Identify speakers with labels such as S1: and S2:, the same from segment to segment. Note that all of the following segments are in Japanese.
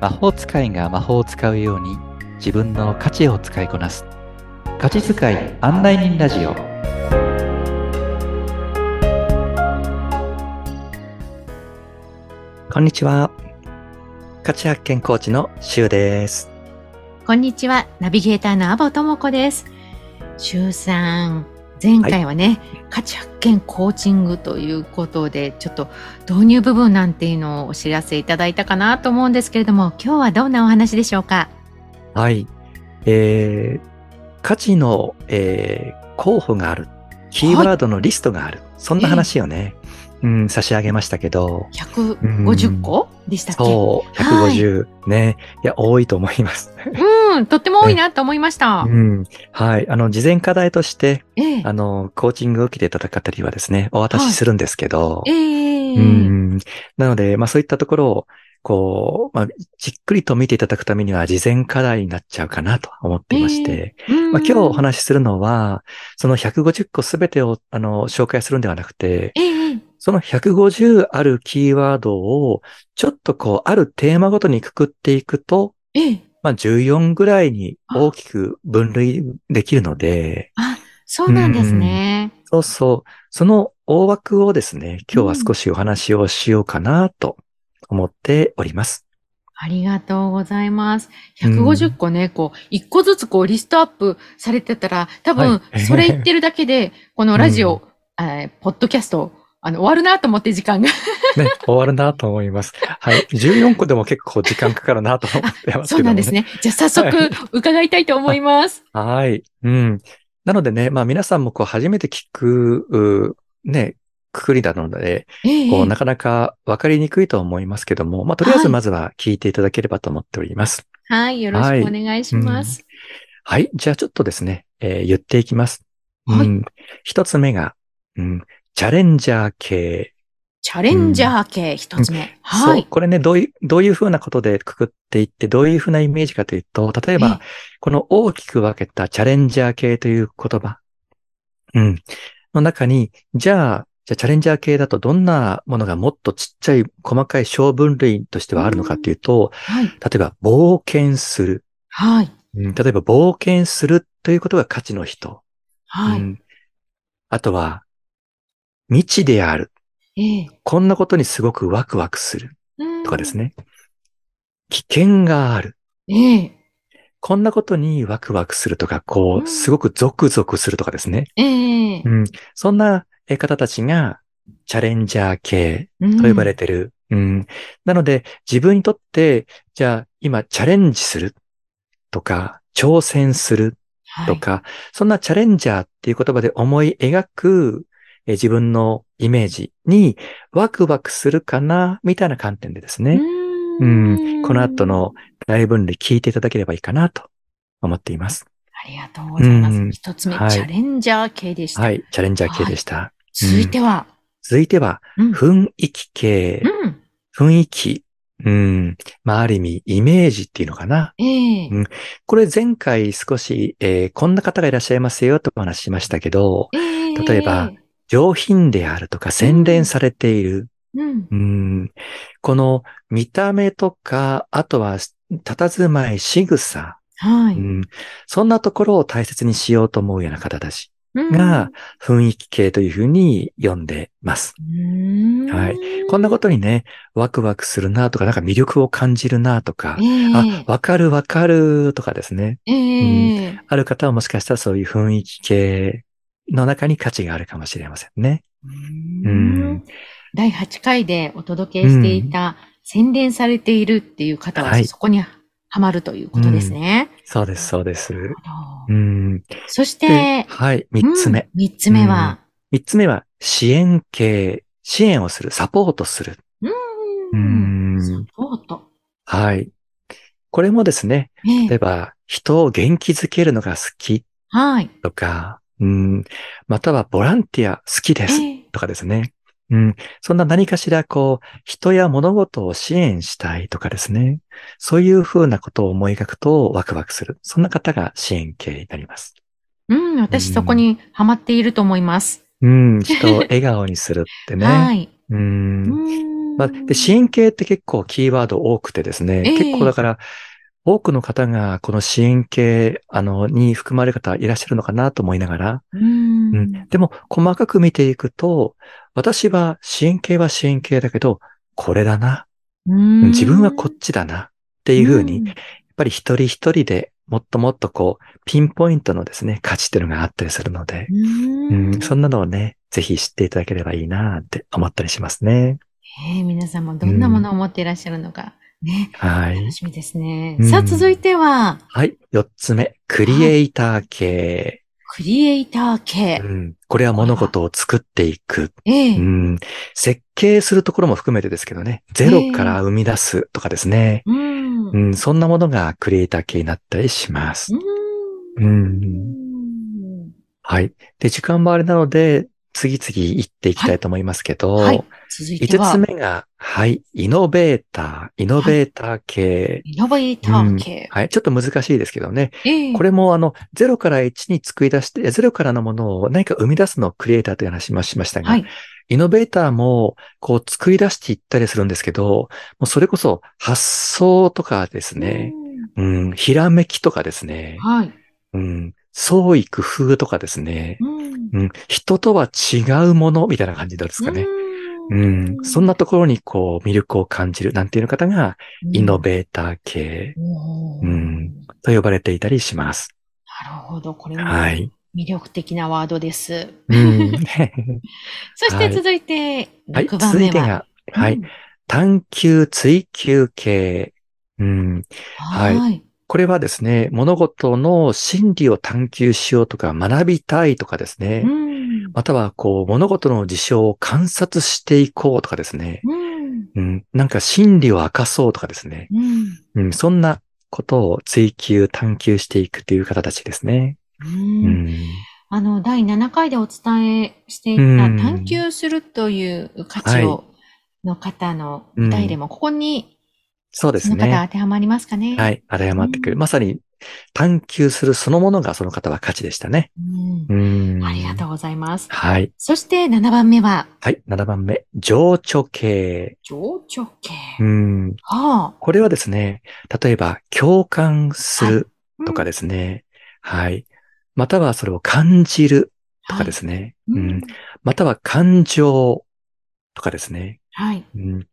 S1: 魔法使いが魔法を使うように自分の価値を使いこなす価値使い案内人ラジオこんにちは価値発見コーチのしゅうです
S2: こんにちは、ナビゲーターのアボともこです。しゅうさん、前回はね、価値発見コーチングということで、ちょっと導入部分なんていうのをお知らせいただいたかなと思うんですけれども、今日はどんなお話でしょうか。
S1: はいえー、価値の、えー候補があるキーワードのリストがある、そんな話をね、うん、差し上げましたけど
S2: 150個でしたっけ
S1: そう、150、ね。いや、多いと思います。
S2: うん、とっても多いなと思いました
S1: う。ん。はい。あの、事前課題として、
S2: ええ
S1: あの、コーチングを受けていただく方にはですね、お渡しするんですけど、
S2: ええ
S1: うん。なので、まあそういったところを、こう、まあ、じっくりと見ていただくためには、事前課題になっちゃうかなと思っていまして、
S2: うん
S1: まあ今日お話しするのは、その150個すべてを、あの、紹介するんではなくて、
S2: ええ
S1: その150あるキーワードを、ちょっとこう、あるテーマごとにくくっていくと、
S2: ええ
S1: まあ、14ぐらいに大きく分類できるので、
S2: あ、そうなんですね。
S1: そうそう、その大枠をですね、今日は少しお話をしようかなと思っており ます。
S2: ありがとうございます。
S1: うん
S2: 150個ね、こう、一個ずつこう、リストアップされてたら、多分
S1: は、い
S2: それ言ってるだけで、このラジオ、えーポッドキャスト、あの、終わるなと思って時 間が。
S1: ね、終わるなと思います。はい。14個でも結構時間かかるなと思ってますけど、
S2: そうなんです。ね。じゃあ早
S1: は
S2: 速、伺いたいと思います。
S1: はい。うん。なのでね、まあ皆さんもこう初めて聞く、うね、くくりなので、
S2: ええ
S1: こう、なかなか分かりにくいと思いますけども、まあ、とりあえずまずは聞いていただければと思っております。
S2: はい、よろしくお願いします。
S1: はい。じゃあちょっとですね、えー言っていきます。
S2: はい
S1: うん一つ目が、うん、チャレンジャー系。
S2: チャレンジャー系、一つ目。は
S1: そう
S2: い。
S1: これね、どういう、どういうふうなことでくくっていって、どういうふうなイメージかというと、例えば、この大きく分けたチャレンジャー系という言葉。うん。の中に、じゃあ、じゃあチャレンジャー系だとどんなものがもっとちっちゃい細かい小分類としてはあるのかっていうと、
S2: はい。
S1: 例えば冒険する。
S2: はい。
S1: うん例えば冒険するということが価値の人。
S2: は
S1: うんあとは、未知である。
S2: い。ええ
S1: こんなことにすごくワクワクするとかです
S2: ね。
S1: ね。危険がある。
S2: ええ
S1: こんなことにワクワクするとか、こ
S2: うん
S1: う、すごくゾクゾクするとかですね。
S2: ええ
S1: うん、そんなえー方たちがチャレンジャー系
S2: うん
S1: と呼ばれてる。うんなので、自分にとって、じゃあ今チャレンジするとか、挑戦するとか、そんなチャレンジャーっていう言葉で思い描くえー自分のイメージにワクワクするかな、みたいな観点でです
S2: はいう
S1: ね、
S2: ーん
S1: この後の大分類聞いていただければいいかなと思っています。
S2: ありがとうございま
S1: うん
S2: す。一つ目、
S1: はい
S2: チャレンジャー系でした。
S1: はい、チャレンジャー系でした。
S2: 続いては、
S1: 続いては、
S2: うん。
S1: 雰囲気系。
S2: うん。
S1: 雰囲気。うん。まあ、ある意味、イメージっていうのかな。
S2: ええ
S1: うんこれ前回少し、えーこんな方がいらっしゃいますよとお話ししましたけど、
S2: ええ
S1: 例えば、上品であるとか洗練されている。
S2: うん。
S1: うん。この見た目とか、あとは、佇まい、仕草。
S2: は
S1: う
S2: い。
S1: ん。そんなところを大切にしようと思うような方たち
S2: うん
S1: が、、雰囲気系というふうに呼んでます。は。
S2: はい
S1: こんなことにね、ワクワクするなとか、なんか魅力を感じるなとか、あ
S2: え、え
S1: わかるわかるとかですね。
S2: ええ
S1: ある方はもしかしたらそういう雰囲気系の中に価値があるかもしれませんね。
S2: う
S1: うんん
S2: 第8回でお届けしていた、洗練されているっていう方
S1: は
S2: は、
S1: い
S2: そこにはまるということですね。
S1: そうです、そうです。
S2: あ
S1: う
S2: の
S1: ん。
S2: そし
S1: で
S2: て、
S1: はい、三つ目
S2: うん。。三つ目は、
S1: 三つ目は支援系。支援をする、サポートする。
S2: う
S1: うん
S2: サポート。
S1: はい。これもですね、
S2: え
S1: 例え
S2: え
S1: ば、人を元気づけるのが好き
S2: はい。
S1: とか、うん、またはボランティア好きです
S2: ええ
S1: とかですね。うん。そんな何かしら、こう、人や物事を支援したいとかですね。そういうふうなことを思い描くとワクワクする。そんな方が支援系になります。
S2: うん、私そこにハマっていると思います。
S1: うん。人を笑顔にするってね。
S2: はい。
S1: う。
S2: うんん
S1: まあ、で支援系って結構キーワード多くてですね、
S2: ええ
S1: 結構だから、多くの方がこの支援系、あの、に含まれる方いらっしゃるのかなと思いながら、
S2: うん
S1: うん、でも細かく見ていくと、私は支援系は支援系だけど、これだな、
S2: うん
S1: 自分はこっちだなって
S2: て
S1: いうふうに、やっぱり一人一人でもっともっとこう、ピンポイントのですね、価値っていうのがあったりするので、
S2: う
S1: うんん、そんなのをね、ぜひ知っていただければいいなって思ったりしますね。
S2: えー皆さんもどんなものを持っていらっしゃるのか、ね、
S1: はい
S2: 楽。しみですね。
S1: うん
S2: さあ、続いては、
S1: はい。四つ目。クリエイター系。
S2: クリエイター系。
S1: うん。これは物事を作っていく。
S2: ええ
S1: うん。設計するところも含めてですけどね。ゼロから生み出すとかですね。
S2: うん。
S1: うん。そんなものがクリエイター系になったりします。う。
S2: うんん
S1: はい。で、時間もあれなので、次々行っていきたいと思いますけど、
S2: はい。続いて
S1: 5つ
S2: は、
S1: 目が、はい。イノベーター。イノベーター系。
S2: イノベーター系。
S1: はい。ちょっと難しいですけどね。
S2: ええ
S1: これもあの、0から1に作り出して、0からのものを何か生み出すのをクリエイターという話もしましたが、
S2: はい。
S1: イノベーターもこう作り出していったりするんですけど、もうそれこそ発想とかですね、うん、ひらめきとかですね
S2: うん。、はい。
S1: うん、創意工夫とかですね、
S2: うん。
S1: うん、人とは違うものみたいな感じどうですかね。
S2: う
S1: うんん、そんなところにこう魅力を感じるなんていう方がイノベーター系
S2: お
S1: う
S2: ー
S1: んと呼ばれていたりします。
S2: なるほど。これも
S1: はい。
S2: 魅力的なワードです。
S1: うん、
S2: そして続いて、
S1: はい、
S2: 6番
S1: 続
S2: 目
S1: いて
S2: は。
S1: が、はい、
S2: うん。
S1: 探求、追求系。うん、はい
S2: はい。
S1: これはですね、物事の真理を探求しようとか、学びたいとかですね、
S2: うん
S1: またはこう、物事の事象を観察していこうとかですね、
S2: うん。
S1: うん、なんか真理を明かそうとかですね、
S2: うん。
S1: うん、そんなことを追求、探求していくという方たちですね。
S2: う
S1: うんん、
S2: あの、第7回でお伝えしていた
S1: うん
S2: 探求するという価値を、の方の
S1: うん
S2: 代でも、ここに、
S1: そうで
S2: そ
S1: す
S2: の方当
S1: ね。
S2: てはまりますかね。
S1: は。い、誤ってくる。まさに、探求するそのものがその方は価値でしたね。
S2: うん
S1: う。ん。
S2: ありがとうございます。
S1: はい。
S2: そして7番目は、
S1: はい。7番目。情緒系。
S2: 情緒系。
S1: うん。
S2: はあ。
S1: これはですね、例えば共感するとか
S2: で。
S1: ですね。はい。またはそれを感じるとかですすね。
S2: は
S1: う
S2: いう
S1: ん
S2: ん。
S1: または感情とかですね。
S2: はい。
S1: うん。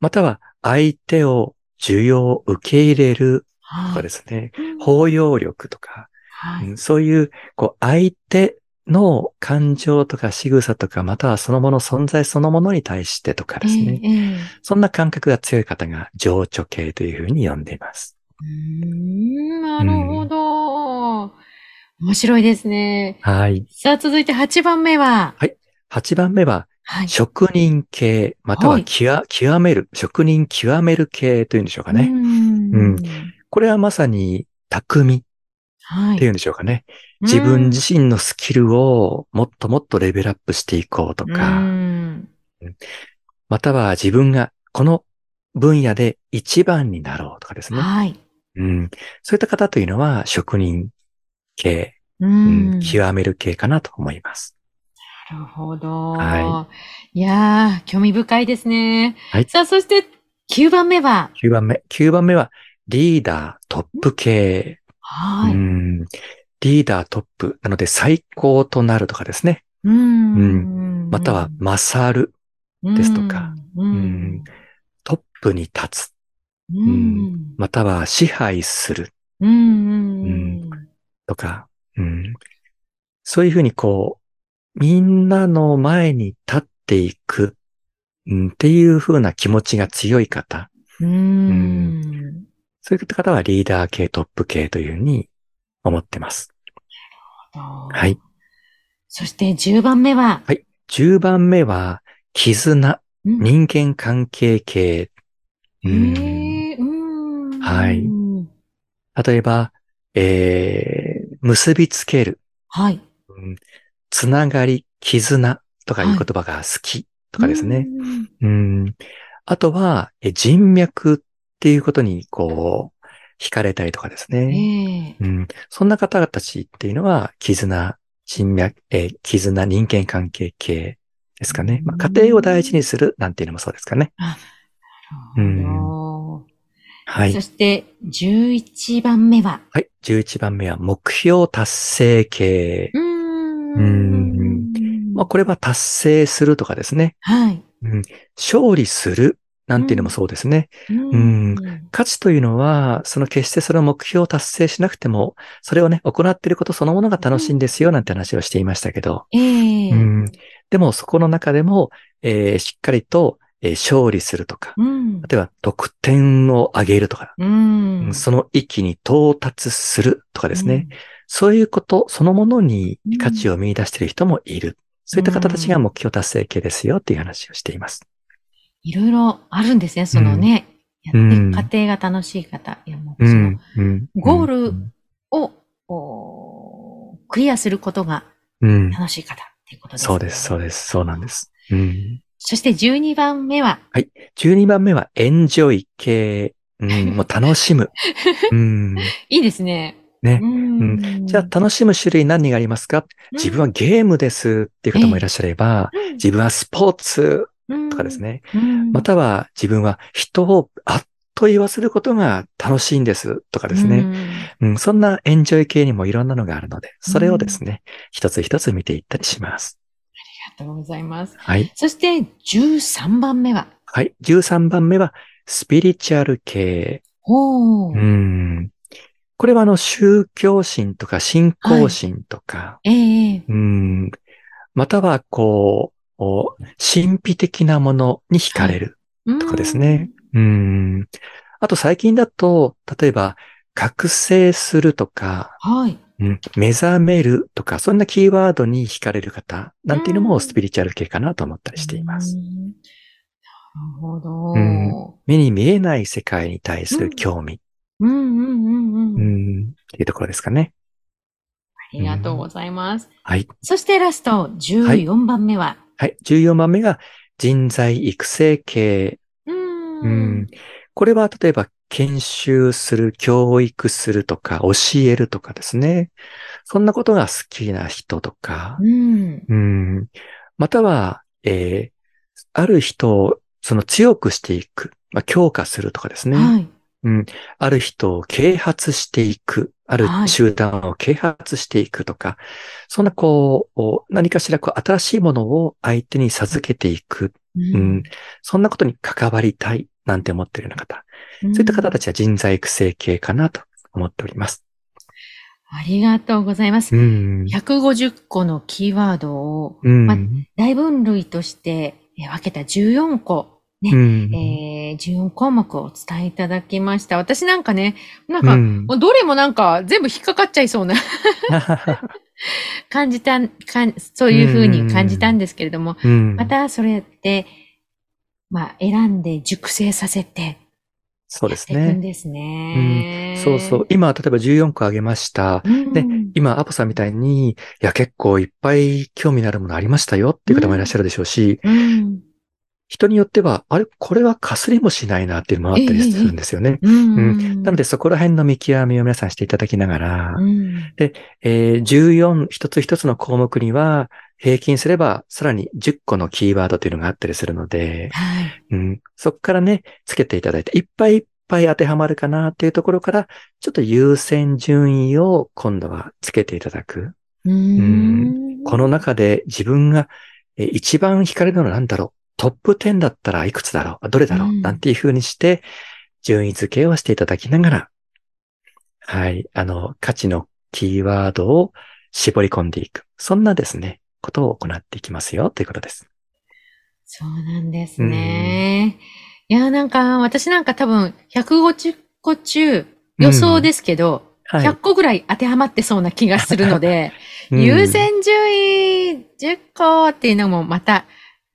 S1: または相手を需要、受け入れると
S2: は
S1: か
S2: い。
S1: ですね。
S2: うん
S1: 包容力とか、
S2: は
S1: う
S2: い。
S1: んそういう、こう、相手の感情とか仕草とか、またはそのもの存在そのものに対してとかですね。
S2: ええええ
S1: そんな感覚が強い方が情緒系というふうに呼んでいます。
S2: うーん、なるほど。面白いですね。
S1: はい。
S2: さあ、続いて8番目は、
S1: 8番目は、
S2: はい。
S1: 職人系、また
S2: は
S1: はい極,、極める、職人極める系というんでしょうかね。
S2: うん
S1: うんこれはまさに、匠っ
S2: はい。
S1: ていうんでしょうかね。自分自身のスキルをもっともっとレベルアップしていこうと
S2: 身
S1: か、または自分がこの分野で一番になろうとかですね。
S2: はい。
S1: うん、そういった方というのは職人系、
S2: う
S1: うん
S2: ん。
S1: 極める系かなと思います。
S2: なるほど。。
S1: はい
S2: やー、興味深いですね。
S1: はい
S2: さあ、そして9番目は、
S1: 9番目。9番目は、リーダー、トップ系。
S2: は
S1: う
S2: い。
S1: んリーダー、トップ。なので、最高となるとかですね。
S2: うん
S1: または、勝る。ですとか。
S2: うん。
S1: トップに立つ。
S2: うん。うん。
S1: または、支配する。
S2: うんうんうん
S1: とか。うんそういうふうに、こう、みんなの前に立っていく。うんっていうふうな気持ちが強い方。
S2: うん。
S1: そういう方はリーダー系、トップ系というふうに思ってます。は。。
S2: はいそして10番目は、
S1: 10番目は、絆。
S2: うん
S1: 人間関係系。うん
S2: へーうん
S1: はい例えば、えー結びつける、
S2: はい。
S1: うんつながり、絆とかいう言葉が好きとかですね。
S2: う
S1: う
S2: ん。
S1: んあとは、え人脈っていうことにこう、惹かれたりとかですね。
S2: ええ
S1: うんそんな方たちっていうのは、絆、人脈、えー絆、人間関係系。ですかね。まあ、家庭を大事にするなんていうのもそうですかね。
S2: なるほど
S1: はい
S2: そ。して、11番目は。
S1: はい。11番目は目標達成系。
S2: うーん。
S1: まあ、これは達成するとかですね。
S2: はい。
S1: 勝利するなんていうのもそうですね。う
S2: う
S1: ん価値というのは、その決してその目標を達成しなくても、それをね、行っていることそのものが楽しいんですよ、なんて話をしていましたけど。
S2: ええ
S1: うんでも、そこの中でも、えーしっかりと、えー勝利するとか、
S2: うん。
S1: 例えば得点を上げるとか、
S2: うん。
S1: その域に到達するとかですね。そういうことそのものに価値を見出している人もいる。そういった方たちが目標達成系ですよっていう話をしています。
S2: いろいろあるんですね、そのね。やっ
S1: うん
S2: て家庭が楽しい方。いやもうその。
S1: うん
S2: ゴールを、おークリアすることが
S1: うん。
S2: 楽しい方っていうことですね。
S1: そうです、そうです、そうなんです。うん
S2: そして12番目は、
S1: 12番目はエンジョイ系。うん、もう楽しむ。うん、
S2: いいですね。
S1: ね
S2: うん
S1: じゃあ、楽しむ種類何がありますか自分はゲームですっていう方もいらっしゃれば、自分はスポーツとかです
S2: ね。
S1: ね。
S2: うん
S1: または自分は人をあっと言わせることが楽しいんですとかですね。。うん、そんなエンジョイ系にもいろんなのがあるので、それをですね、一つ一つ見ていったりします。
S2: ありがとうございます。
S1: はい。
S2: そして13番目は、
S1: はい。13番目はスピリチュアル系。
S2: お
S1: う
S2: ー、
S1: ん。これはあの宗教心とか信仰心とか、
S2: ええ
S1: うん。またはこう、お神秘的なものに惹かれる。
S2: うん
S1: とかですね。うん。あと最近だと、例えば、覚醒するとか、
S2: はい。
S1: うん、目覚めるとか、そんなキーワードに惹かれる方、なんていうの
S2: う
S1: も
S2: ん
S1: スピリチュアル系かなと思ったりしています。
S2: うん。なるほど。
S1: うん目に見えない世界に対する興味、
S2: うんうんうん
S1: う
S2: うん。
S1: ん、っていうところですかね。
S2: ありがとうございます。
S1: はい。
S2: そしてラスト、14番目は、
S1: はい。14番目が人材育成系。
S2: う
S1: うんん。これは例えば研修する、教育するとか、教えるとかですね。そんなことが好きな人とか、
S2: うん。
S1: うん。または、えーある人をその強くしていく、まあ、強化するとかですね。
S2: はい。
S1: ある人を啓発していく、ある
S2: はい
S1: 集団を啓発していくとか、そんなこうお、何かしらこう新しいものを相手に授けていく、
S2: う
S1: うん。そんなことに関わりたいなんて思ってるような方、そういった方た
S2: ち。
S1: ちは人材育成系かなと思っております。
S2: ありがとうございます。
S1: うん。
S2: 150個のキーワードを
S1: うん。
S2: ま大分類としてえ分けた14個、ね
S1: うん
S2: えー、14項目をお伝えいただきました。私なんかね、なん
S1: う
S2: か、
S1: ん
S2: もうどれもなんか全部引っかかっちゃいそうな感じたんかん、そういうふうに感じたんですけれども、
S1: うん
S2: またそれって、まあ選んで熟成させて
S1: そう
S2: や
S1: で
S2: っ
S1: す
S2: ていくん
S1: ね。
S2: ですね。
S1: そうそう。。今、例えば14個あげました。
S2: うん、
S1: ね今、アポさんみたいに、いや、結構いっぱい興味のあるものありましたよっていう方もいらっしゃるでしょうし、
S2: うん。
S1: 人によっては、あれ、これはかすりもしないなっていうのもあったりするんですよね。
S2: うん。
S1: うなので、そこら辺の見極めを皆さんしていただきながら、
S2: うん、
S1: えー14、一つ一つの項目には、平均すれば、さらに10個のキーワードというのがあったりするので、
S2: はい。
S1: うん、そこからね、つけていただいて、いっぱいいっぱい当てはまるかなっていうところから、ちょっと優先順位を今度はつけていただく。う
S2: う
S1: んこの中で自分がえー一番惹かれるのは何だろうトップ10だったらいくつだろうどれだろう、
S2: うん
S1: なんていう風にして、順位付けをしていただきながら、はい、あの、価値のキーワードを絞り込んでいく。そんなですね、ことを行っていきますよ、ということです。
S2: そうなんですね。いや、なんか、私なんか多分、150個中、予想ですけど、
S1: はい
S2: 100個ぐらい当てはまってそうな気がするので、
S1: うん
S2: 優先順位10個っていうのもまた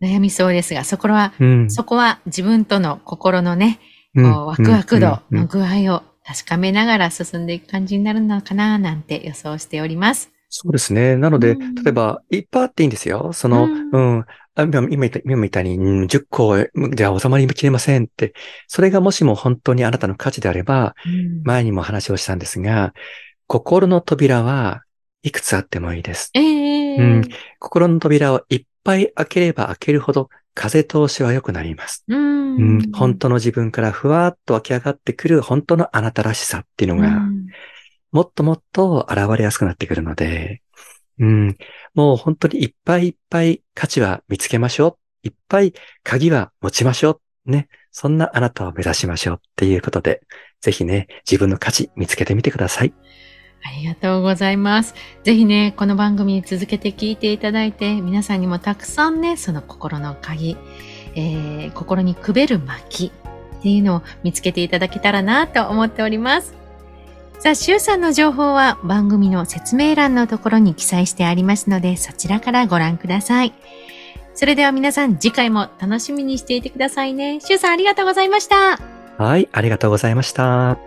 S2: 悩みそうですが、そこは、
S1: うん
S2: そこは自分との心のね、
S1: う
S2: こ
S1: ん
S2: うワクワク度
S1: うんう
S2: の
S1: ん
S2: 具合を確かめながら進んでいく感じになるのかななんて予想しております。
S1: そうですね。なの
S2: う
S1: で、
S2: ん
S1: 例えば、いっぱいあっていいんですよ。その、
S2: う
S1: うんん、あ今今言った今みたいに、うん10個じゃ収まりきれませんって、それがもしも本当にあなたの価値であれば、
S2: うん
S1: 前にも話をしたんですが、心の扉はいくつあってもいいです。
S2: ええ
S1: うん心の扉をいっぱい開ければ開けるほど風通しは良くなります。
S2: う
S1: うんん、本当の自分からふわっと湧き上がってくる本当のあなたらしさっていうのが、
S2: うん
S1: もっともっと現れやすくなってくるので、うん、もう本当にいっぱいいっぱい価値は見つけましょう。いっぱい鍵は持ちましょう。ね。そんなあなたを目指しましょうっていうことで、ぜひね、自分の価値見つけてみてください。
S2: ありがとうございます。ぜひね、この番組続けて聞いていただいて、皆さんにもたくさんね、その心の鍵、えー心にくべる巻っていうのを見つけていただけたらなと思っております。さあ、しゅうさんの情報は番組の説明欄のところに記載してありますので、そちらからご覧ください。それでは皆さん次回も楽しみにしていてくださいね。しゅうさんありがとうございました。
S1: はい、ありがとうございました。